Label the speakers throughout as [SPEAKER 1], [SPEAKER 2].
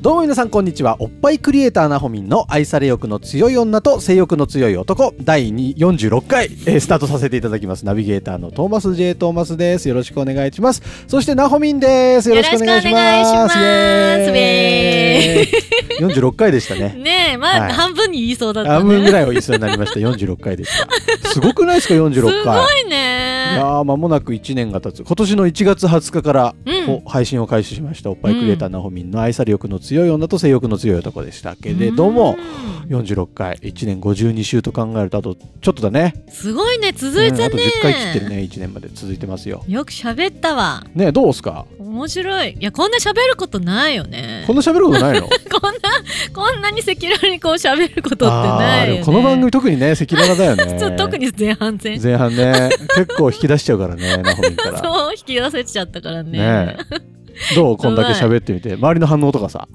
[SPEAKER 1] どうも皆さんこんにちはおっぱいクリエイターなほみんの愛され欲の強い女と性欲の強い男第2 46回、えースタートさせていただきますナビゲーターのトーマス J トーマスですよろしくお願いしますそしてなほみんですよろしくお願いします
[SPEAKER 2] よろしくお願いします
[SPEAKER 1] イエーイ46回でしたね
[SPEAKER 2] ねえ、まあ、
[SPEAKER 1] はい
[SPEAKER 2] 半分に言いそうだったね。
[SPEAKER 1] 半分ぐらいは一緒になりました46回でしたすごくないですか
[SPEAKER 2] すご
[SPEAKER 1] 46回
[SPEAKER 2] い
[SPEAKER 1] い
[SPEAKER 2] ね。
[SPEAKER 1] やー間もなく1年が経つ今年の1月20日から、
[SPEAKER 2] うん
[SPEAKER 1] こう配信を開始しましたおっぱいクリエイターなほみんの愛され欲の強い女と性欲の強い男でしたけれども
[SPEAKER 2] うん
[SPEAKER 1] 46回1年52週と考えるとあとちょっとだね
[SPEAKER 2] すごいね、続い
[SPEAKER 1] うん
[SPEAKER 2] た
[SPEAKER 1] あと
[SPEAKER 2] ね。
[SPEAKER 1] 10回切ってるね1年まで続いてますよ
[SPEAKER 2] よく喋ったわ。
[SPEAKER 1] ねどうっすか
[SPEAKER 2] 面白い。いや、こんな喋ることないよね
[SPEAKER 1] こ。んな喋ること ないの
[SPEAKER 2] こんな、こんなに赤裸々にこう喋ることって
[SPEAKER 1] あ
[SPEAKER 2] な
[SPEAKER 1] ー
[SPEAKER 2] いよ
[SPEAKER 1] で
[SPEAKER 2] ね。
[SPEAKER 1] もこの番組。特にね赤裸々だよね
[SPEAKER 2] ちょっと特に前半戦。
[SPEAKER 1] 前半ね結構引き出しちゃうから ねなほみんから
[SPEAKER 2] そう、引き出せちゃったからね。
[SPEAKER 1] ねえどうこんだけ喋ってみて周りの反応とか さ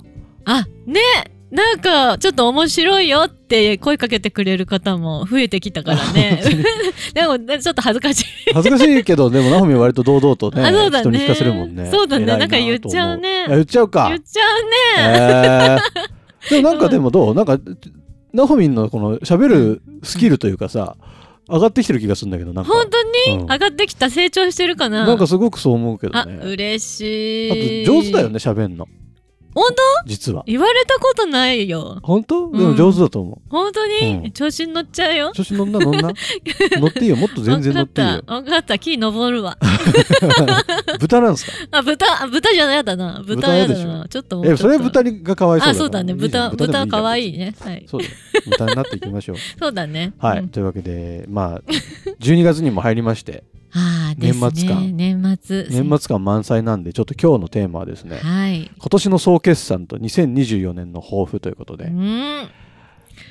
[SPEAKER 2] あ、ねなんか、ちょっと面白いよって声かけてくれる方も増えてきたか らね。 でも、ちょっと恥ずかしい。
[SPEAKER 1] 恥ずかしいけどでもなほみん割と堂々とね
[SPEAKER 2] あそうだね
[SPEAKER 1] 人に聞かせるもんね
[SPEAKER 2] そうだね
[SPEAKER 1] 偉い
[SPEAKER 2] なんか
[SPEAKER 1] と思
[SPEAKER 2] 言っちゃうね
[SPEAKER 1] あ言っちゃうか
[SPEAKER 2] 言っちゃうね。
[SPEAKER 1] えーでもなんかでもどうなんかナホミンのこの喋るスキルというかさ上がってきてる気がするんだけどなんか
[SPEAKER 2] 本当に、
[SPEAKER 1] うん
[SPEAKER 2] 上がってきた成長してるかな
[SPEAKER 1] なんかすごくそう思うけど
[SPEAKER 2] あ
[SPEAKER 1] ね
[SPEAKER 2] 嬉
[SPEAKER 1] あ
[SPEAKER 2] しい
[SPEAKER 1] と上手だよね喋んの
[SPEAKER 2] 本当
[SPEAKER 1] 実は
[SPEAKER 2] 言われたことないよ
[SPEAKER 1] 本当
[SPEAKER 2] ん
[SPEAKER 1] でも上手だと思う、
[SPEAKER 2] 本当に、
[SPEAKER 1] うん
[SPEAKER 2] 調子に乗っちゃうよ
[SPEAKER 1] 調子乗んな乗ん な乗っていいよもっと全然乗っていい
[SPEAKER 2] わ
[SPEAKER 1] よ
[SPEAKER 2] かったわかった木登るわ
[SPEAKER 1] 豚なんすか
[SPEAKER 2] あ豚あ豚じゃないやだな豚や
[SPEAKER 1] 豚
[SPEAKER 2] だ
[SPEAKER 1] 嫌で
[SPEAKER 2] なちょっともう
[SPEAKER 1] え
[SPEAKER 2] ちょ
[SPEAKER 1] そ
[SPEAKER 2] っ
[SPEAKER 1] れ
[SPEAKER 2] と
[SPEAKER 1] 豚にがかわいそうだ
[SPEAKER 2] あそうだね豚
[SPEAKER 1] でも
[SPEAKER 2] 豚
[SPEAKER 1] いいじゃん
[SPEAKER 2] 可愛いねはい
[SPEAKER 1] そうだよ豚になっていきましょう
[SPEAKER 2] そうだね
[SPEAKER 1] はい、
[SPEAKER 2] うん
[SPEAKER 1] というわけでまあ12月にも入りまして
[SPEAKER 2] あーですね
[SPEAKER 1] 年末感
[SPEAKER 2] 年末
[SPEAKER 1] 年末感満載なんでちょっと今日のテーマはですね
[SPEAKER 2] はい
[SPEAKER 1] 今年の総決算と2024年の抱負ということで、
[SPEAKER 2] うん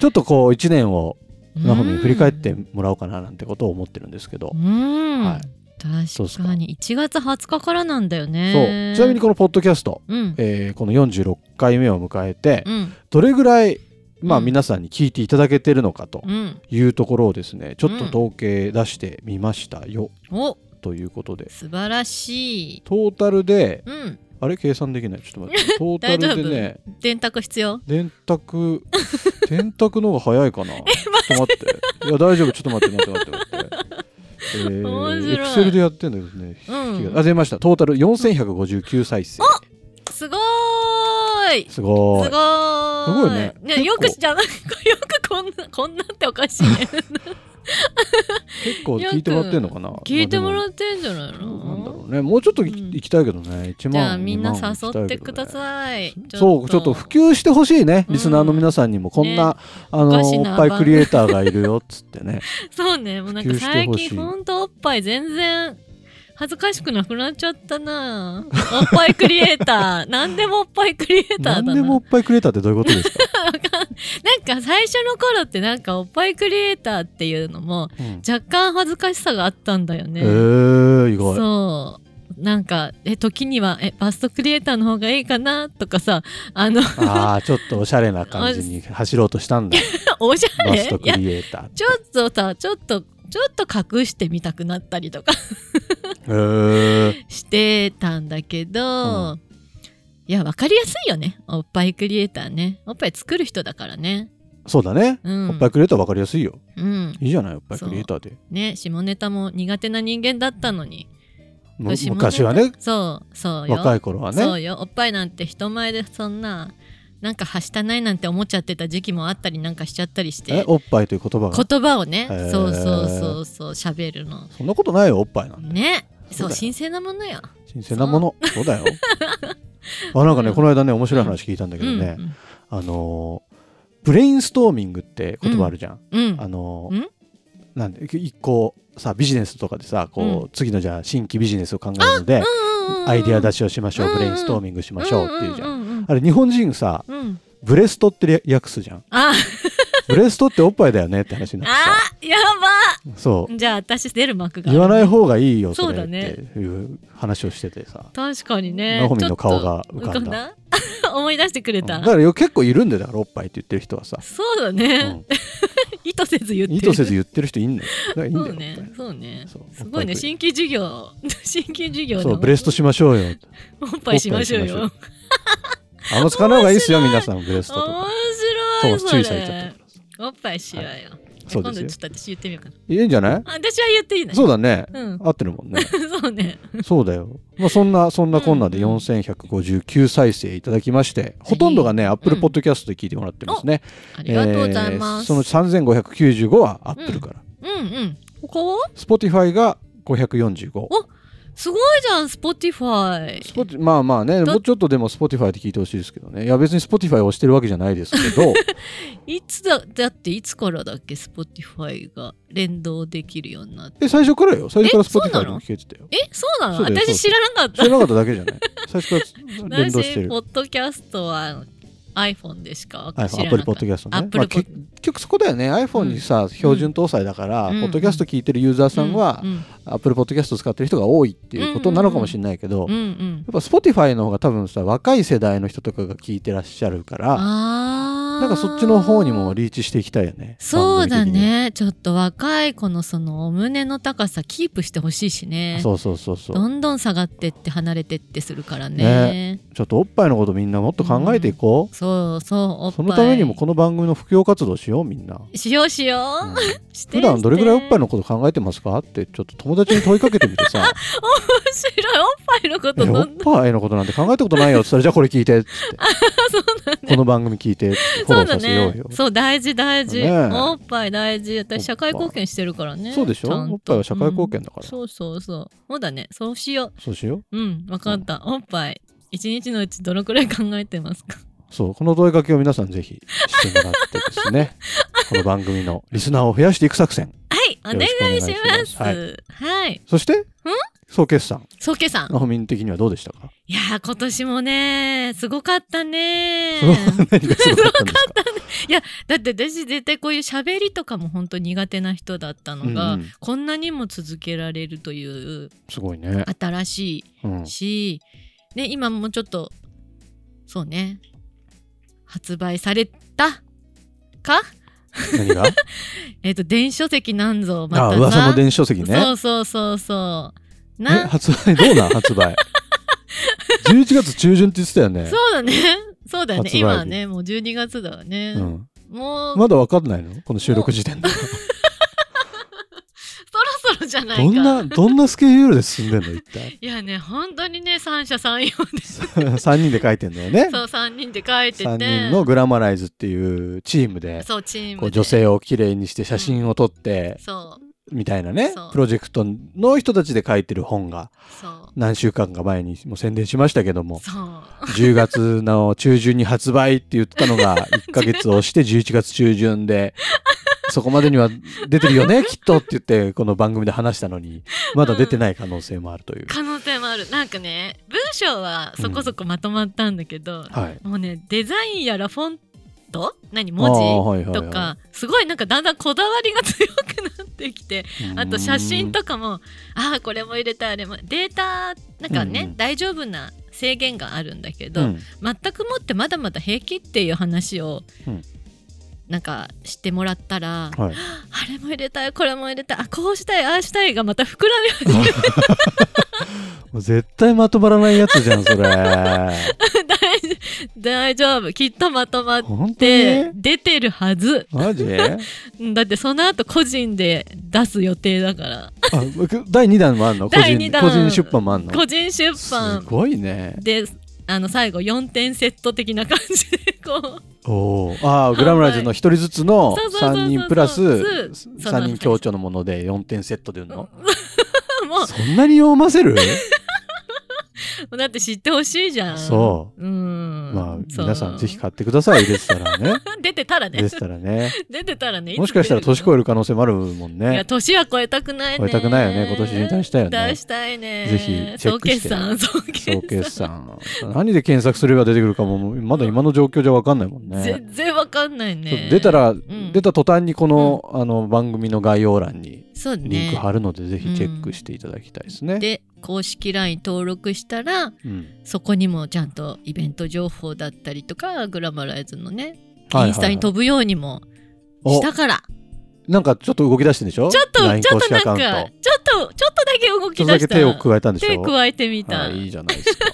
[SPEAKER 1] ちょっとこう1年を
[SPEAKER 2] うん
[SPEAKER 1] ナホミに振り返ってもらおうかななんてことを思ってるんですけど、
[SPEAKER 2] うん、
[SPEAKER 1] はいそうっす
[SPEAKER 2] 確
[SPEAKER 1] か
[SPEAKER 2] かに1月20日からなんだよ
[SPEAKER 1] そう
[SPEAKER 2] ね
[SPEAKER 1] ちなみにこのポッドキャスト、
[SPEAKER 2] うん
[SPEAKER 1] えーこの46回目を迎えて
[SPEAKER 2] うん
[SPEAKER 1] どれぐらい、まあ、
[SPEAKER 2] うん
[SPEAKER 1] 皆さんに聞いていただけてるのかと
[SPEAKER 2] うん
[SPEAKER 1] いうところをですねちょっと統計出してみましたよ
[SPEAKER 2] お
[SPEAKER 1] ということで
[SPEAKER 2] 素晴らしい。
[SPEAKER 1] トータルで
[SPEAKER 2] うん。
[SPEAKER 1] あれ計算できないちょっと待って トータルでね
[SPEAKER 2] 電卓必要。
[SPEAKER 1] 電卓 電卓の方が早いかなちょっと待っていや大丈夫ちょっと待って待って待って待ってえ
[SPEAKER 2] 面
[SPEAKER 1] ー、エ
[SPEAKER 2] 白
[SPEAKER 1] ク
[SPEAKER 2] い
[SPEAKER 1] セルでやってんだけどね、
[SPEAKER 2] うん
[SPEAKER 1] 引きがあ出ましたトータル4159再生
[SPEAKER 2] すごーい。
[SPEAKER 1] すごー
[SPEAKER 2] す
[SPEAKER 1] い
[SPEAKER 2] ごー
[SPEAKER 1] すご
[SPEAKER 2] い。
[SPEAKER 1] いね結構
[SPEAKER 2] ね、よくじゃない、 よくこんな、こんなってお かしいね。
[SPEAKER 1] 結構聞いてもらってんのかな
[SPEAKER 2] 聞いても
[SPEAKER 1] ま
[SPEAKER 2] ら
[SPEAKER 1] あ
[SPEAKER 2] ってんじゃない
[SPEAKER 1] でもなんだろ
[SPEAKER 2] の。
[SPEAKER 1] うねもうちょっとい
[SPEAKER 2] うん
[SPEAKER 1] 行きたいけどね1万
[SPEAKER 2] じゃあ、みんな
[SPEAKER 1] 2万行きた
[SPEAKER 2] 誘って
[SPEAKER 1] けどね
[SPEAKER 2] ください。
[SPEAKER 1] そうちょっと普及してほしいね
[SPEAKER 2] うん
[SPEAKER 1] リスナーの皆さんにもこんな、
[SPEAKER 2] ね
[SPEAKER 1] あ
[SPEAKER 2] お
[SPEAKER 1] の
[SPEAKER 2] かし
[SPEAKER 1] お
[SPEAKER 2] な
[SPEAKER 1] っぱいクリエイターがいるよっつって ね
[SPEAKER 2] そうね、もうなんか
[SPEAKER 1] 普及して
[SPEAKER 2] 最
[SPEAKER 1] ほしい
[SPEAKER 2] 近ほんとおっぱい全然。恥ずかしくなくなっちゃったなおっぱいクリエイ ター。何でもおっぱいクリエイターだな。
[SPEAKER 1] 何でもおっぱいクリエイターってどういうこと ですか、
[SPEAKER 2] なんか最初の頃ってなんかおっぱいクリエイターっていうのも
[SPEAKER 1] うん
[SPEAKER 2] 若干恥ずかしさがあったんだよね。
[SPEAKER 1] えー、意外
[SPEAKER 2] そうなんかえ時にはえバストクリエイターの方がいいかなとかさ あの
[SPEAKER 1] ああちょっとおしゃれな感じに走ろうとしたん だ
[SPEAKER 2] おしゃ
[SPEAKER 1] バ
[SPEAKER 2] れ
[SPEAKER 1] スト
[SPEAKER 2] い
[SPEAKER 1] ク
[SPEAKER 2] や
[SPEAKER 1] リエイターって
[SPEAKER 2] ちょっとさちょっとちょっと隠してみたくなったりとか
[SPEAKER 1] へー
[SPEAKER 2] してたんだけど、
[SPEAKER 1] う
[SPEAKER 2] いや分かりやすいよねおっぱいクリエイターねおっぱい作る人だからね。
[SPEAKER 1] そうだね、
[SPEAKER 2] うん、
[SPEAKER 1] おっぱいクリエイター分かりやすいよ
[SPEAKER 2] うん、
[SPEAKER 1] いいじゃないおっぱいクリエイターで
[SPEAKER 2] ね下ネタも苦手な人間だったのに
[SPEAKER 1] む
[SPEAKER 2] 私も
[SPEAKER 1] 昔はね
[SPEAKER 2] そうそうよ
[SPEAKER 1] 若い頃は
[SPEAKER 2] そう
[SPEAKER 1] ね
[SPEAKER 2] よおっぱいなんて人前でそんななんかはしたないなんて思っちゃってた時期もあったりなんかしちゃったりし
[SPEAKER 1] え
[SPEAKER 2] て
[SPEAKER 1] おっぱいという言葉が
[SPEAKER 2] 言葉をね
[SPEAKER 1] へー
[SPEAKER 2] そうそうそうそう喋るの
[SPEAKER 1] そんなことないよおっぱいなんて
[SPEAKER 2] ね
[SPEAKER 1] そ
[SPEAKER 2] そ
[SPEAKER 1] だ
[SPEAKER 2] うう
[SPEAKER 1] よ
[SPEAKER 2] 新鮮なものよ、
[SPEAKER 1] 新鮮なものそう だよあなんかねこの間ね面白い話聞いたんだけ
[SPEAKER 2] う
[SPEAKER 1] ど
[SPEAKER 2] ん
[SPEAKER 1] ね、あのーブレインストーミングって言葉あるじゃん、
[SPEAKER 2] うんうん
[SPEAKER 1] あの
[SPEAKER 2] ん
[SPEAKER 1] なんで一個さビジネスとかでさこう、
[SPEAKER 2] う
[SPEAKER 1] 次のじゃあ新規ビジネスを考えるので、アイデア出しをしましょう、
[SPEAKER 2] うんうん
[SPEAKER 1] ブレインストーミングしましょうっていうじゃん,、
[SPEAKER 2] んうん
[SPEAKER 1] あれ日本人さ
[SPEAKER 2] うんうん
[SPEAKER 1] ブレストって略すじゃ ん
[SPEAKER 2] あ
[SPEAKER 1] ブレストっておっぱいだよねって話になって
[SPEAKER 2] あやば
[SPEAKER 1] さそう
[SPEAKER 2] じゃあ私出る幕がある
[SPEAKER 1] 言わない方がいいよそれ
[SPEAKER 2] そう
[SPEAKER 1] っ
[SPEAKER 2] だね
[SPEAKER 1] ていう話をしててさ
[SPEAKER 2] 確かにね
[SPEAKER 1] ナホミンの顔が浮かんだ
[SPEAKER 2] ちょっと 思い出してくれた、
[SPEAKER 1] だからよ結構いるんだよだからおっぱいって言ってる人はさ、
[SPEAKER 2] そうだ
[SPEAKER 1] う
[SPEAKER 2] ね、
[SPEAKER 1] ん、
[SPEAKER 2] 意図せず言ってる
[SPEAKER 1] 意図せず言ってる人いんのよだからいいんだ
[SPEAKER 2] そ
[SPEAKER 1] よ
[SPEAKER 2] うねそうね
[SPEAKER 1] そう
[SPEAKER 2] すごいね新規授業 新規授業の
[SPEAKER 1] そうブレストしましょうよ
[SPEAKER 2] おっぱいしましょう
[SPEAKER 1] おっ
[SPEAKER 2] よ
[SPEAKER 1] あの使わない方がいいですよ皆さんブレス
[SPEAKER 2] 面
[SPEAKER 1] トとか
[SPEAKER 2] 白い
[SPEAKER 1] そう
[SPEAKER 2] そ
[SPEAKER 1] 注
[SPEAKER 2] れ
[SPEAKER 1] 意されちゃったからさ
[SPEAKER 2] おっぱいしようよ、
[SPEAKER 1] そう
[SPEAKER 2] 今
[SPEAKER 1] ですよ
[SPEAKER 2] 度ちょっと私言ってみようかない
[SPEAKER 1] いんじゃない
[SPEAKER 2] あ私は言っていいの
[SPEAKER 1] そうだね
[SPEAKER 2] うん
[SPEAKER 1] 合ってるもんね
[SPEAKER 2] そうね
[SPEAKER 1] そうだよまあそんなそんなこんなで
[SPEAKER 2] うんうん
[SPEAKER 1] 4159再生いただきましてほとんどがね Apple Podcast で聞いてもらってますね
[SPEAKER 2] あ
[SPEAKER 1] え
[SPEAKER 2] り
[SPEAKER 1] ー
[SPEAKER 2] がとうございます、
[SPEAKER 1] その3595は Apple から
[SPEAKER 2] うんうんここ
[SPEAKER 1] Spotify が545
[SPEAKER 2] すごいじゃん Spotify
[SPEAKER 1] スポティまあまあね、
[SPEAKER 2] だ
[SPEAKER 1] もうちょっとでも Spotify で聞いてほしいですけどね。いや別に Spotify を押してるわけじゃないですけ ど、
[SPEAKER 2] いつだだっていつからだっけ Spotify が連動できるようになって
[SPEAKER 1] え、最初からよ。最初から
[SPEAKER 2] えそうな
[SPEAKER 1] Spotify でも
[SPEAKER 2] の
[SPEAKER 1] 聞けてたよ。
[SPEAKER 2] えそうなの
[SPEAKER 1] そうだよ
[SPEAKER 2] 私
[SPEAKER 1] そ
[SPEAKER 2] 知らなかっ
[SPEAKER 1] 知
[SPEAKER 2] た
[SPEAKER 1] らなかっただけじゃ ない。最初から連動して
[SPEAKER 2] 私
[SPEAKER 1] る
[SPEAKER 2] ポ。ッドキャストは iPhone でしか知らなかった
[SPEAKER 1] iPhone、Apple Podcast ね。ま
[SPEAKER 2] Apple
[SPEAKER 1] あ、結
[SPEAKER 2] Pod-
[SPEAKER 1] 局そこだよね。iPhone にさ、標準搭載だから、
[SPEAKER 2] うん
[SPEAKER 1] Podcast 聞いてるユーザーさんは
[SPEAKER 2] う、ん
[SPEAKER 1] Apple Podcast を使ってる人が多いっていうことなのかもしれないけど、
[SPEAKER 2] うんう
[SPEAKER 1] やっ
[SPEAKER 2] んうん
[SPEAKER 1] ぱ Spotify の方が多分さ、若い世代の人とかが聞いてらっしゃるから、
[SPEAKER 2] あー
[SPEAKER 1] なんかそっちの方にもリーチしていきたいよね。
[SPEAKER 2] そうだ
[SPEAKER 1] 番組的に。
[SPEAKER 2] ねちょっと若い子のそのお胸の高さキープしてほしいしね
[SPEAKER 1] そうそうそうそう。
[SPEAKER 2] どんどん下がってって離れてってするからね
[SPEAKER 1] ちょっとおっぱいのことみんなもっと考えていこ
[SPEAKER 2] そうそうお
[SPEAKER 1] う。
[SPEAKER 2] っぱい
[SPEAKER 1] そのためにもこの番組の普及活動しようみんな。
[SPEAKER 2] しようしよう、
[SPEAKER 1] うん
[SPEAKER 2] して
[SPEAKER 1] 普段どれぐらいおっぱい
[SPEAKER 2] の
[SPEAKER 1] のこと考えてますかってちょっと友達に問いかけてみて さ「
[SPEAKER 2] 面白いおっぱいのこ
[SPEAKER 1] え
[SPEAKER 2] と
[SPEAKER 1] お
[SPEAKER 2] ど
[SPEAKER 1] っ
[SPEAKER 2] んどん
[SPEAKER 1] ぱいのことなんて考えたことないよ」っつったら「じゃあこれ聞い て」っつって「この番組聞いて」フォ
[SPEAKER 2] そ
[SPEAKER 1] ロ
[SPEAKER 2] う
[SPEAKER 1] ー
[SPEAKER 2] だ
[SPEAKER 1] させよう
[SPEAKER 2] ね
[SPEAKER 1] よ。
[SPEAKER 2] そう大事大事、
[SPEAKER 1] ねえ
[SPEAKER 2] おっぱい大事私社会貢献してるからね
[SPEAKER 1] そうでしょ
[SPEAKER 2] ちゃんと
[SPEAKER 1] おっぱいは社会貢献だから
[SPEAKER 2] うんそうそうそうそうだねそうしよ
[SPEAKER 1] そうしよう。
[SPEAKER 2] ううんわかった、おっぱい一日のうちどのくらい考えてますか
[SPEAKER 1] そうこの問いかけを皆さんぜひしてもらってです ねこの番組のリスナーを増やしていく作戦
[SPEAKER 2] はいお願いし
[SPEAKER 1] よろ
[SPEAKER 2] ま
[SPEAKER 1] し
[SPEAKER 2] す
[SPEAKER 1] くお願い
[SPEAKER 2] はい
[SPEAKER 1] そして総決算
[SPEAKER 2] 宗家さん
[SPEAKER 1] ナホミン的にはどうでしたか
[SPEAKER 2] いやー今年もねすごかったね
[SPEAKER 1] その何がすごかったんですか
[SPEAKER 2] だって私絶対こういう喋りとかも本当苦手な人だったのが、
[SPEAKER 1] うんうん
[SPEAKER 2] こんなにも続けられるという
[SPEAKER 1] すごいね。
[SPEAKER 2] 新し
[SPEAKER 1] うん
[SPEAKER 2] いし、ね、今もちょっとそうね発売されたか
[SPEAKER 1] 何 が
[SPEAKER 2] えっ、と電子書籍なんぞまた
[SPEAKER 1] あ
[SPEAKER 2] な
[SPEAKER 1] 噂の電子書籍
[SPEAKER 2] そ
[SPEAKER 1] ね。
[SPEAKER 2] うそうそうそう
[SPEAKER 1] え
[SPEAKER 2] な
[SPEAKER 1] 発売どうなん発 売。11月中旬って言ってたよね
[SPEAKER 2] そう。だね そうだよ
[SPEAKER 1] 発売
[SPEAKER 2] ね
[SPEAKER 1] 日
[SPEAKER 2] 今はねもう12月だわね、
[SPEAKER 1] うん、
[SPEAKER 2] もう
[SPEAKER 1] まだ分かんないのこの収録時点で。
[SPEAKER 2] そろそろじゃないか
[SPEAKER 1] どんな、どんなスケジュールで進んでんの一 体。
[SPEAKER 2] いやね本当にね三者三様で
[SPEAKER 1] 3人で書いてんだよね。
[SPEAKER 2] そう三人で書いてて
[SPEAKER 1] 3人のグラマライズっていうチームで。
[SPEAKER 2] そうチームで
[SPEAKER 1] こう女性を綺麗にして写真を撮って
[SPEAKER 2] そう
[SPEAKER 1] みたいなね
[SPEAKER 2] そう
[SPEAKER 1] プロジェクトの人たちで書いてる本が
[SPEAKER 2] そう
[SPEAKER 1] 何週間か前にもう宣伝しましたけども
[SPEAKER 2] そう
[SPEAKER 1] 10月の中旬に発売って言ったの が1ヶ月をして11月中旬でそこまでには出てる よねきっとって言ってこの番組で話したのにまだ出てない可能性もあるという、
[SPEAKER 2] 可能性もあるなんかね文章はそこそこまとまったんだけど、
[SPEAKER 1] はい
[SPEAKER 2] もうねデザインやらフォント何
[SPEAKER 1] あー
[SPEAKER 2] 文
[SPEAKER 1] はい
[SPEAKER 2] 字
[SPEAKER 1] はい
[SPEAKER 2] と
[SPEAKER 1] はい
[SPEAKER 2] かすごいなんかだんだんこだわりが強くなってきて
[SPEAKER 1] うん
[SPEAKER 2] あと写真とかもああこれも入れたいあれもデータなんかね、
[SPEAKER 1] うんうん
[SPEAKER 2] 大丈夫な制限があるんだけ
[SPEAKER 1] う
[SPEAKER 2] ど、
[SPEAKER 1] ん
[SPEAKER 2] 全くもってまだまだ平気っていう話を、
[SPEAKER 1] うん
[SPEAKER 2] なんかしてもらったら、
[SPEAKER 1] はい、
[SPEAKER 2] あれも入れたいこれも入れたいあこうしたいああしたいがまた膨らみ始め
[SPEAKER 1] もう絶対まとまらないやつじゃんそ れ
[SPEAKER 2] 大丈夫大丈夫きっとまとまっ
[SPEAKER 1] 本当
[SPEAKER 2] て
[SPEAKER 1] に
[SPEAKER 2] 出てるはず
[SPEAKER 1] マジ
[SPEAKER 2] うんだってその後個人で出す予定だから
[SPEAKER 1] あ僕第2弾もあんの個
[SPEAKER 2] 第
[SPEAKER 1] 人
[SPEAKER 2] 二弾
[SPEAKER 1] 個人出版もあんの
[SPEAKER 2] 個人出
[SPEAKER 1] す
[SPEAKER 2] 版
[SPEAKER 1] ごいね
[SPEAKER 2] であの最後4点セット的な感じでこう
[SPEAKER 1] おーあーグラムライズの一人ずつの
[SPEAKER 2] そうそうそうそう
[SPEAKER 1] 3人プラス
[SPEAKER 2] す
[SPEAKER 1] 3人強調のもので4点セットで売るの
[SPEAKER 2] もう
[SPEAKER 1] そんなに読ませる
[SPEAKER 2] うだって知ってほしいじゃん。。
[SPEAKER 1] そう
[SPEAKER 2] うん。
[SPEAKER 1] まあ、
[SPEAKER 2] そう
[SPEAKER 1] 皆さんぜひ買ってください。出てたらね。
[SPEAKER 2] 出てたらね
[SPEAKER 1] 出。てたらね。
[SPEAKER 2] 出てたらね。
[SPEAKER 1] もしかしたら年越える可能性もあるもん
[SPEAKER 2] えいや、
[SPEAKER 1] ね。
[SPEAKER 2] 年は超えたくないね。
[SPEAKER 1] 超えたくないよね今年中に出したいよね
[SPEAKER 2] 出したいね。
[SPEAKER 1] ぜひチェックして
[SPEAKER 2] 総決算、総決
[SPEAKER 1] 総
[SPEAKER 2] 算。
[SPEAKER 1] 決算。何で検索すれば出てくるかも、まだ今の状況じゃわかんないもんね。
[SPEAKER 2] 全然わかんないね。
[SPEAKER 1] 出たら、
[SPEAKER 2] ん
[SPEAKER 1] 出た途端にこの、あの、番組の概要欄に
[SPEAKER 2] そうね。
[SPEAKER 1] リンク貼るので、ぜひチェックしていただきたいですね。
[SPEAKER 2] で、公式 LINE 登録したら、
[SPEAKER 1] うん
[SPEAKER 2] そこにもちゃんとイベント情報だったりとか、グラマライズのね、
[SPEAKER 1] はいはいはい
[SPEAKER 2] インスタに飛ぶようにもしたから、
[SPEAKER 1] なんかちょっと動き出してんでしょ
[SPEAKER 2] ちょっと、
[SPEAKER 1] LINE
[SPEAKER 2] ち
[SPEAKER 1] 公
[SPEAKER 2] ょっと
[SPEAKER 1] 式
[SPEAKER 2] な
[SPEAKER 1] ア
[SPEAKER 2] ん
[SPEAKER 1] カウン
[SPEAKER 2] か
[SPEAKER 1] ト。、
[SPEAKER 2] ちょっと、ちょっとだけ動
[SPEAKER 1] ちょ
[SPEAKER 2] き
[SPEAKER 1] っとだ
[SPEAKER 2] 出し
[SPEAKER 1] け
[SPEAKER 2] た。
[SPEAKER 1] 手を加えたんでしょ
[SPEAKER 2] 手加えてみた、
[SPEAKER 1] はいいいじゃないですか。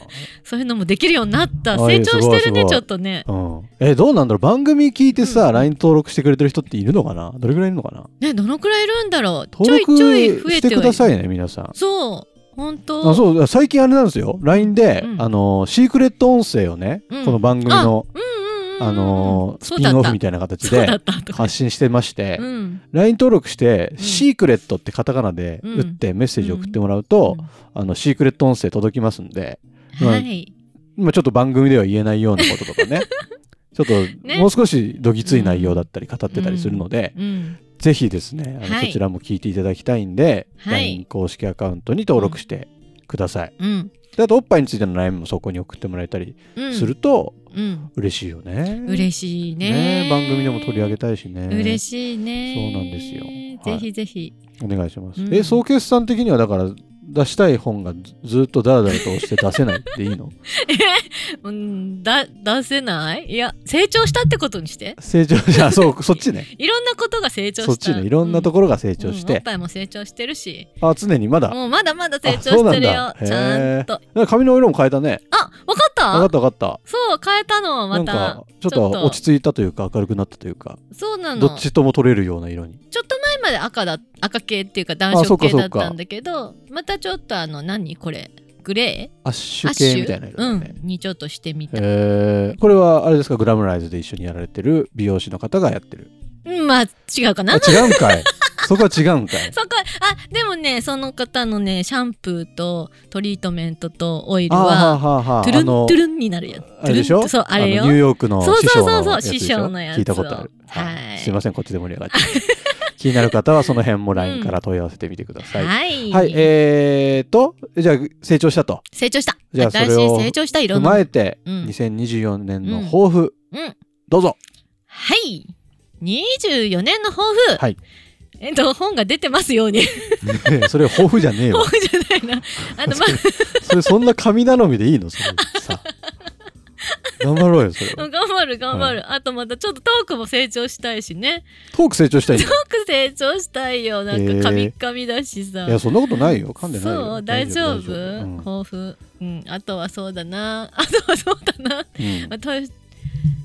[SPEAKER 2] そういうのもできるようになった。
[SPEAKER 1] あい
[SPEAKER 2] 成
[SPEAKER 1] い
[SPEAKER 2] 長して
[SPEAKER 1] す
[SPEAKER 2] る
[SPEAKER 1] ごいす
[SPEAKER 2] ね、
[SPEAKER 1] ごい
[SPEAKER 2] ちょっとね。
[SPEAKER 1] うん、えどうなんだろう番組聞いてさ、
[SPEAKER 2] うん
[SPEAKER 1] LINE 登録してくれてる人っているのかなどれぐらいいるのかな
[SPEAKER 2] ね、どのくらいいるんだろう。ちょ
[SPEAKER 1] 登
[SPEAKER 2] いちょい
[SPEAKER 1] 録
[SPEAKER 2] 増え
[SPEAKER 1] してて
[SPEAKER 2] は
[SPEAKER 1] く
[SPEAKER 2] いる
[SPEAKER 1] ださいね皆さん
[SPEAKER 2] そう、本当。
[SPEAKER 1] あそう最近あれなんですよ LINE で、
[SPEAKER 2] うん
[SPEAKER 1] あのシークレット音声をね、
[SPEAKER 2] うん
[SPEAKER 1] この番組の
[SPEAKER 2] うんうんうんうん
[SPEAKER 1] あのス
[SPEAKER 2] そう
[SPEAKER 1] ピ
[SPEAKER 2] だ
[SPEAKER 1] ン
[SPEAKER 2] っ
[SPEAKER 1] オ
[SPEAKER 2] た
[SPEAKER 1] フみたいな形
[SPEAKER 2] そうだ
[SPEAKER 1] で
[SPEAKER 2] ったとか。
[SPEAKER 1] 発信してまして、
[SPEAKER 2] うん。
[SPEAKER 1] LINE 登録して、
[SPEAKER 2] ん
[SPEAKER 1] シークレットってカタカナで
[SPEAKER 2] うん
[SPEAKER 1] 打ってメッセージ送ってもらうと、あのシークレット音声届きますんで
[SPEAKER 2] うん
[SPEAKER 1] まあ
[SPEAKER 2] はい。
[SPEAKER 1] 今ちょっと番組では言えないようなことと かねちょっと
[SPEAKER 2] ね
[SPEAKER 1] もう少しどぎつい内容だったり語ってたりするので、
[SPEAKER 2] うん。
[SPEAKER 1] ぜひですね、あの
[SPEAKER 2] はい
[SPEAKER 1] そちらも聞いていただきたいんで、
[SPEAKER 2] はい
[SPEAKER 1] LINE 公式アカウントに登録してください。
[SPEAKER 2] うん。
[SPEAKER 1] であと、おっぱいについての悩みもそこに送ってもらえたり
[SPEAKER 2] うん。
[SPEAKER 1] すると
[SPEAKER 2] うん。
[SPEAKER 1] 嬉しいよね。
[SPEAKER 2] 嬉しい
[SPEAKER 1] ね
[SPEAKER 2] ね。
[SPEAKER 1] 番組でも取り上げたいしね。
[SPEAKER 2] 嬉しいね。
[SPEAKER 1] そうなんですよはい
[SPEAKER 2] ぜひぜひ。
[SPEAKER 1] お願いします。
[SPEAKER 2] うん
[SPEAKER 1] え、総決算的にはだから、出したい本がずずっとダラダラと押して出せないっていいの
[SPEAKER 2] うん、だ、出せないいや、成長したってことにして。
[SPEAKER 1] 成長しあそう、そっちね。
[SPEAKER 2] いろんなことが成長した。
[SPEAKER 1] そっちね。いろんなところが成長し、
[SPEAKER 2] うんおってぱいも成長してるし、
[SPEAKER 1] あ、常にまだ。
[SPEAKER 2] もうまだまだ成
[SPEAKER 1] あそう
[SPEAKER 2] 長
[SPEAKER 1] な
[SPEAKER 2] し
[SPEAKER 1] ん
[SPEAKER 2] てるよ
[SPEAKER 1] だ。
[SPEAKER 2] ちゃんと。
[SPEAKER 1] なんか髪の色も変えたね。
[SPEAKER 2] あ、わかっ
[SPEAKER 1] わかったたわかった。
[SPEAKER 2] そう、変えたの、
[SPEAKER 1] な
[SPEAKER 2] ま
[SPEAKER 1] んか
[SPEAKER 2] た。
[SPEAKER 1] ちょっと落ち着いたというか明るくなったというか
[SPEAKER 2] そうな
[SPEAKER 1] ど
[SPEAKER 2] の。
[SPEAKER 1] っちとも取れるような色に
[SPEAKER 2] ちょっと前まで赤だ、赤系っていうか
[SPEAKER 1] あ
[SPEAKER 2] 暖
[SPEAKER 1] そう
[SPEAKER 2] 色
[SPEAKER 1] か
[SPEAKER 2] 系
[SPEAKER 1] そう
[SPEAKER 2] だ
[SPEAKER 1] か
[SPEAKER 2] ったんだけど、またちょっとあの、何これグレ
[SPEAKER 1] アッシ
[SPEAKER 2] ーア
[SPEAKER 1] ュ
[SPEAKER 2] ッシ
[SPEAKER 1] 系
[SPEAKER 2] ュ
[SPEAKER 1] みたいな色
[SPEAKER 2] う
[SPEAKER 1] だね
[SPEAKER 2] ん、、にちょっとしてみた。
[SPEAKER 1] えーこれはあれですかグラムライズで一緒にやられてる美容師の方がやってる
[SPEAKER 2] うんまあ、違うか
[SPEAKER 1] あ
[SPEAKER 2] な。
[SPEAKER 1] 違うんかいそこは違うんかい
[SPEAKER 2] そこあでもねその方のねシャンプーとトリートメントとオイル
[SPEAKER 1] あーはあ
[SPEAKER 2] は
[SPEAKER 1] はあはあ
[SPEAKER 2] トゥルン
[SPEAKER 1] あの
[SPEAKER 2] トゥルンになるやつ
[SPEAKER 1] あれでしょ
[SPEAKER 2] トゥルンそうあれよ
[SPEAKER 1] のニューヨークの
[SPEAKER 2] そう
[SPEAKER 1] 師
[SPEAKER 2] そう
[SPEAKER 1] 匠の
[SPEAKER 2] そうそう
[SPEAKER 1] やつでしょ
[SPEAKER 2] 師匠のやつを
[SPEAKER 1] 聞いたことある、
[SPEAKER 2] はい
[SPEAKER 1] すいませんこっちで盛り上がっちゃう 気になる方はその辺も LINE から問い合わせてみてください、
[SPEAKER 2] はい、
[SPEAKER 1] はい、えーとじゃあ成長したと
[SPEAKER 2] 成長した
[SPEAKER 1] じゃあそ
[SPEAKER 2] 新
[SPEAKER 1] れ
[SPEAKER 2] し
[SPEAKER 1] を
[SPEAKER 2] い成長したいろ
[SPEAKER 1] 踏
[SPEAKER 2] んな
[SPEAKER 1] まえて、
[SPEAKER 2] うん
[SPEAKER 1] 2024年の抱負、
[SPEAKER 2] うん
[SPEAKER 1] ど うぞ
[SPEAKER 2] はい24年の抱負、
[SPEAKER 1] はい
[SPEAKER 2] えっと本が出てますように
[SPEAKER 1] それ抱負じゃねえよ
[SPEAKER 2] 抱負じ ゃないなあのま
[SPEAKER 1] それそんな神頼みでいいのそれさ頑張ろうよそれ
[SPEAKER 2] あ
[SPEAKER 1] は
[SPEAKER 2] 頑張る頑張る、あとまたちょっとトークも成長したいしね
[SPEAKER 1] トーク成長したいんだ
[SPEAKER 2] トーク成長したいよなんか
[SPEAKER 1] へー
[SPEAKER 2] カミカミだしさ、
[SPEAKER 1] いやそんなことないよ噛んでないよ
[SPEAKER 2] そう大丈夫
[SPEAKER 1] うんうん
[SPEAKER 2] 抱負うんあとはそうだな あとはそうだな、まあと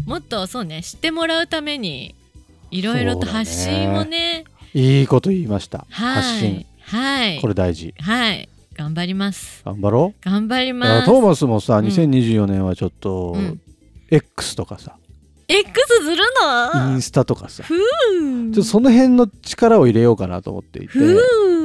[SPEAKER 2] もっとそうね知ってもらうためにいろいろと発信をね
[SPEAKER 1] いいこと言いました
[SPEAKER 2] はい
[SPEAKER 1] 発信
[SPEAKER 2] はい
[SPEAKER 1] これ大事
[SPEAKER 2] はい頑張ります
[SPEAKER 1] 頑張ろう
[SPEAKER 2] 頑張
[SPEAKER 1] だ
[SPEAKER 2] り
[SPEAKER 1] から
[SPEAKER 2] ます
[SPEAKER 1] トーマスもさ
[SPEAKER 2] ん
[SPEAKER 1] 2024年はちょっと、
[SPEAKER 2] うん
[SPEAKER 1] X とかさ
[SPEAKER 2] X する
[SPEAKER 1] イ
[SPEAKER 2] の
[SPEAKER 1] ンスタとかさちょ
[SPEAKER 2] ふう
[SPEAKER 1] っとその辺の力を入れようかなと思っていて
[SPEAKER 2] ふ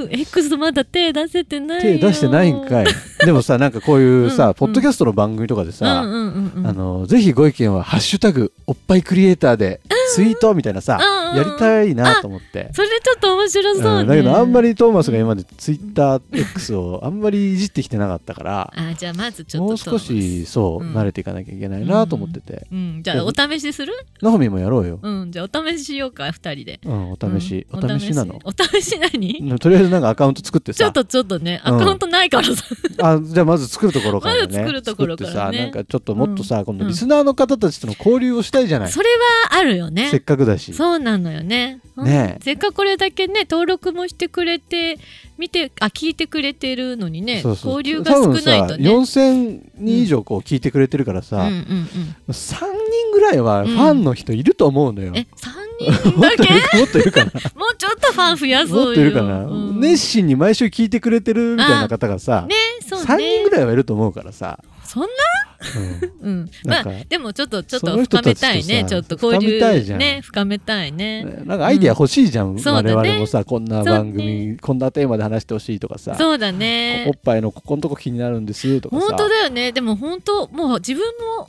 [SPEAKER 2] う X まだ手出せてない
[SPEAKER 1] 手
[SPEAKER 2] よ
[SPEAKER 1] 出してないんかいでもさなんかこういうさ、
[SPEAKER 2] うんうん
[SPEAKER 1] ポッドキャストの番組とかでさ、
[SPEAKER 2] うんうんうんうん
[SPEAKER 1] あのぜひご意見は「ハッシュタグおっぱいクリエイター」でツイートみたいなさ、
[SPEAKER 2] うんうん
[SPEAKER 1] やりたいなと思って、
[SPEAKER 2] それちょっと面白そうね、
[SPEAKER 1] うんだけどあんまりトーマスが今までツイッター X をあんまりいじってきてなかったから
[SPEAKER 2] あじゃあまずちょっと
[SPEAKER 1] もう少しそう、
[SPEAKER 2] うん
[SPEAKER 1] 慣れていかなきゃいけないなと思ってて、
[SPEAKER 2] うんじゃあお試しする
[SPEAKER 1] ナホミンもやろうよ、
[SPEAKER 2] うん、じゃあお試ししようか、二人で。
[SPEAKER 1] うん、お試し、
[SPEAKER 2] うん
[SPEAKER 1] お試しなの
[SPEAKER 2] お試し何
[SPEAKER 1] うんとりあえずなんかアカウント作って
[SPEAKER 2] ちょ
[SPEAKER 1] さ
[SPEAKER 2] っとちょっとね、
[SPEAKER 1] うん
[SPEAKER 2] アカウントないからさ。
[SPEAKER 1] あじゃあまず作るところからね
[SPEAKER 2] まず作るところからね
[SPEAKER 1] 作ってさなんかちょっともっとさ、この
[SPEAKER 2] うん
[SPEAKER 1] リスナーの方たちとの交流をしたいじゃない、
[SPEAKER 2] それはあるよね
[SPEAKER 1] せっ。かくだし
[SPEAKER 2] そうなのよね。
[SPEAKER 1] ねえ
[SPEAKER 2] せっかくこれだけね、登録もしてくれて、見て、あ、聞いてくれてるのにね、
[SPEAKER 1] そうそう
[SPEAKER 2] 交流が少ないとね。
[SPEAKER 1] 多分さ4000人以上こう聞いてくれてるからさ、
[SPEAKER 2] うんう
[SPEAKER 1] も
[SPEAKER 2] んう
[SPEAKER 1] う3人ぐらいはファンの人いると思うのよ、
[SPEAKER 2] ん。え、三人だ け
[SPEAKER 1] もっといるかな
[SPEAKER 2] もうちょっとファン増や そうよ。
[SPEAKER 1] もっといるかな、
[SPEAKER 2] うん
[SPEAKER 1] 熱心に毎週聞いてくれてるみたいな方がさ、
[SPEAKER 2] ね、そうね。
[SPEAKER 1] 3人ぐらいはいると思うからさ
[SPEAKER 2] そんなうん、ま
[SPEAKER 1] なん
[SPEAKER 2] あ
[SPEAKER 1] か
[SPEAKER 2] でもちょっとちょっ
[SPEAKER 1] そ
[SPEAKER 2] と
[SPEAKER 1] の人
[SPEAKER 2] 深めたいね
[SPEAKER 1] たちとさ
[SPEAKER 2] ちょっと交
[SPEAKER 1] 深めたいじ
[SPEAKER 2] 流
[SPEAKER 1] ゃん
[SPEAKER 2] ね深めたいね
[SPEAKER 1] うんなんかアイディア欲しいじゃん、
[SPEAKER 2] そうだ
[SPEAKER 1] 我
[SPEAKER 2] ね
[SPEAKER 1] 々もさこんな番組、こんなテーマで話してほしいとかさ、
[SPEAKER 2] そうだ
[SPEAKER 1] お
[SPEAKER 2] ね
[SPEAKER 1] っぱいのここのとこ気になるんですとかさ
[SPEAKER 2] 本当だよねでも本当もう自分も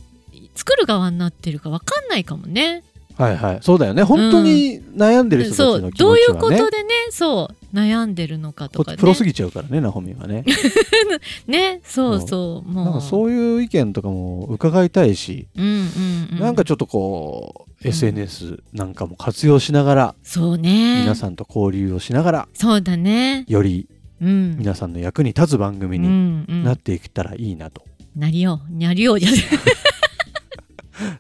[SPEAKER 2] 作る側になってるかわかんないかもね
[SPEAKER 1] はいはいそうだよね本当に悩んでる人たち
[SPEAKER 2] そ
[SPEAKER 1] の
[SPEAKER 2] う
[SPEAKER 1] 気
[SPEAKER 2] ど
[SPEAKER 1] 持
[SPEAKER 2] うい
[SPEAKER 1] ち
[SPEAKER 2] う
[SPEAKER 1] は
[SPEAKER 2] こ
[SPEAKER 1] ね
[SPEAKER 2] とでねそう悩んでるのかと
[SPEAKER 1] こ
[SPEAKER 2] かね
[SPEAKER 1] プロすぎちゃうからねナホミはね
[SPEAKER 2] ねそうそうもう
[SPEAKER 1] なんかそういう意見とかも伺いたいし、
[SPEAKER 2] うんうんうん
[SPEAKER 1] なんかちょっとこう、
[SPEAKER 2] ん
[SPEAKER 1] SNS なんかも活用しながら、
[SPEAKER 2] そうね
[SPEAKER 1] 皆さんと交流をしながら
[SPEAKER 2] そうだね
[SPEAKER 1] より
[SPEAKER 2] うん
[SPEAKER 1] 皆さんの役に立つ番組
[SPEAKER 2] う
[SPEAKER 1] に
[SPEAKER 2] んうん
[SPEAKER 1] なっていけたらいいなと、
[SPEAKER 2] なりようなりようじゃない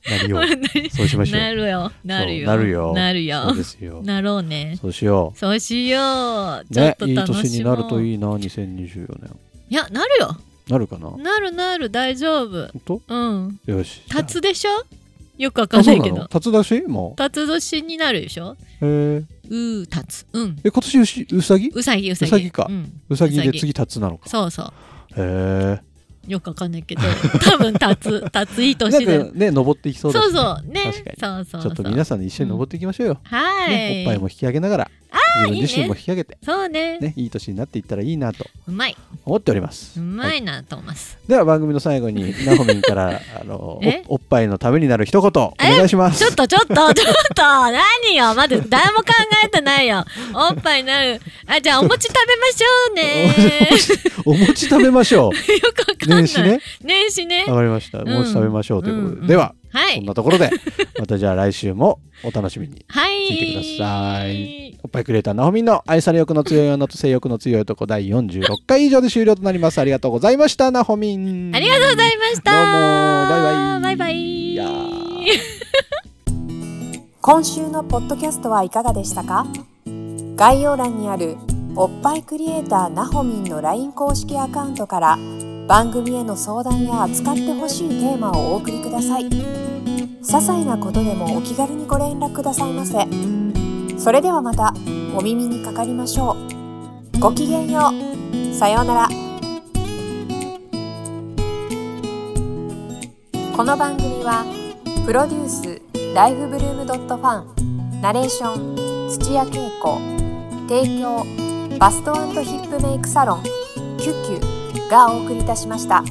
[SPEAKER 1] なるよ う
[SPEAKER 2] なり
[SPEAKER 1] そうしましょう
[SPEAKER 2] なるよなるよ
[SPEAKER 1] そうなるよ
[SPEAKER 2] なるよ
[SPEAKER 1] そうですよ
[SPEAKER 2] なろうね
[SPEAKER 1] そうしよ
[SPEAKER 2] そうしよう
[SPEAKER 1] う
[SPEAKER 2] ちょっ
[SPEAKER 1] ね
[SPEAKER 2] と
[SPEAKER 1] いい
[SPEAKER 2] 楽しもう、
[SPEAKER 1] 年になると
[SPEAKER 2] い
[SPEAKER 1] いいな2024年
[SPEAKER 2] やなるよ
[SPEAKER 1] なるかな本
[SPEAKER 2] なるなる大丈夫
[SPEAKER 1] 当
[SPEAKER 2] うん
[SPEAKER 1] よし
[SPEAKER 2] たつでしょよくわか
[SPEAKER 1] あ
[SPEAKER 2] ん
[SPEAKER 1] そ
[SPEAKER 2] な
[SPEAKER 1] う
[SPEAKER 2] い
[SPEAKER 1] な
[SPEAKER 2] け
[SPEAKER 1] の
[SPEAKER 2] ど
[SPEAKER 1] たつだしも
[SPEAKER 2] たつ年になるでしょ
[SPEAKER 1] うへえ
[SPEAKER 2] うーたつうん
[SPEAKER 1] え今年うしうさぎ
[SPEAKER 2] うさぎうさぎ
[SPEAKER 1] うさぎか
[SPEAKER 2] うん、
[SPEAKER 1] うさぎ
[SPEAKER 2] うさ
[SPEAKER 1] で
[SPEAKER 2] ぎ
[SPEAKER 1] 次たつなのか
[SPEAKER 2] そうそう
[SPEAKER 1] へえ
[SPEAKER 2] よくわかんないけど 多分たつたついい
[SPEAKER 1] なん
[SPEAKER 2] 年だよ
[SPEAKER 1] かね登っていきそ
[SPEAKER 2] そう
[SPEAKER 1] うだし
[SPEAKER 2] そう
[SPEAKER 1] ね
[SPEAKER 2] ね
[SPEAKER 1] 確かに
[SPEAKER 2] そうそう
[SPEAKER 1] ち
[SPEAKER 2] そ
[SPEAKER 1] ょっ
[SPEAKER 2] う
[SPEAKER 1] と皆さんで一緒に登っていきましょうよ、
[SPEAKER 2] はい、
[SPEAKER 1] ね、おっぱいも引き上げながら自分自身も引き上げて
[SPEAKER 2] そうね
[SPEAKER 1] ねいい年になっていったらいいなと
[SPEAKER 2] うまい
[SPEAKER 1] 思っております
[SPEAKER 2] う
[SPEAKER 1] は
[SPEAKER 2] ま
[SPEAKER 1] い
[SPEAKER 2] いな、トーマス
[SPEAKER 1] では番組の最後にナホミン からあの
[SPEAKER 2] え
[SPEAKER 1] おおっぱいのためになる一言お願いします
[SPEAKER 2] ちょっとちょっと ちょっと何よまだ誰も考えてないよおっぱいになるあじゃあお餅食べましょうね
[SPEAKER 1] お餅食べましょう
[SPEAKER 2] よくわかんない
[SPEAKER 1] 年始ね
[SPEAKER 2] 年始ね
[SPEAKER 1] わかりましたお
[SPEAKER 2] ん
[SPEAKER 1] 餅食べましょうということで、
[SPEAKER 2] うんうん
[SPEAKER 1] では
[SPEAKER 2] は
[SPEAKER 1] こん
[SPEAKER 2] い
[SPEAKER 1] なところでまたじゃあ来週もお楽しみに
[SPEAKER 2] はい
[SPEAKER 1] 聞いてくださいおっぱいクレーターナホミンの愛され欲の強い女と性欲の強い男第46回以上で終了となりますありがとうございましたナホミン
[SPEAKER 2] ありがとうございました
[SPEAKER 1] どうもバイバイ
[SPEAKER 2] バイバ
[SPEAKER 1] い
[SPEAKER 2] イ
[SPEAKER 1] やー
[SPEAKER 3] 今週のポッドキャストはいかがでしたか概要欄にあるおっぱいクリエイターなほみんの LINE 公式アカウントから番組への相談や扱ってほしいテーマをお送りください些細なことでもお気軽にご連絡くださいませそれではまたお耳にかかりましょうごきげんようさようならこの番組は「プロデュースライフブルームドットファンナレーション土屋恵子提供バストヒップメイクサロン「キュッキュ」がお送りいたしました。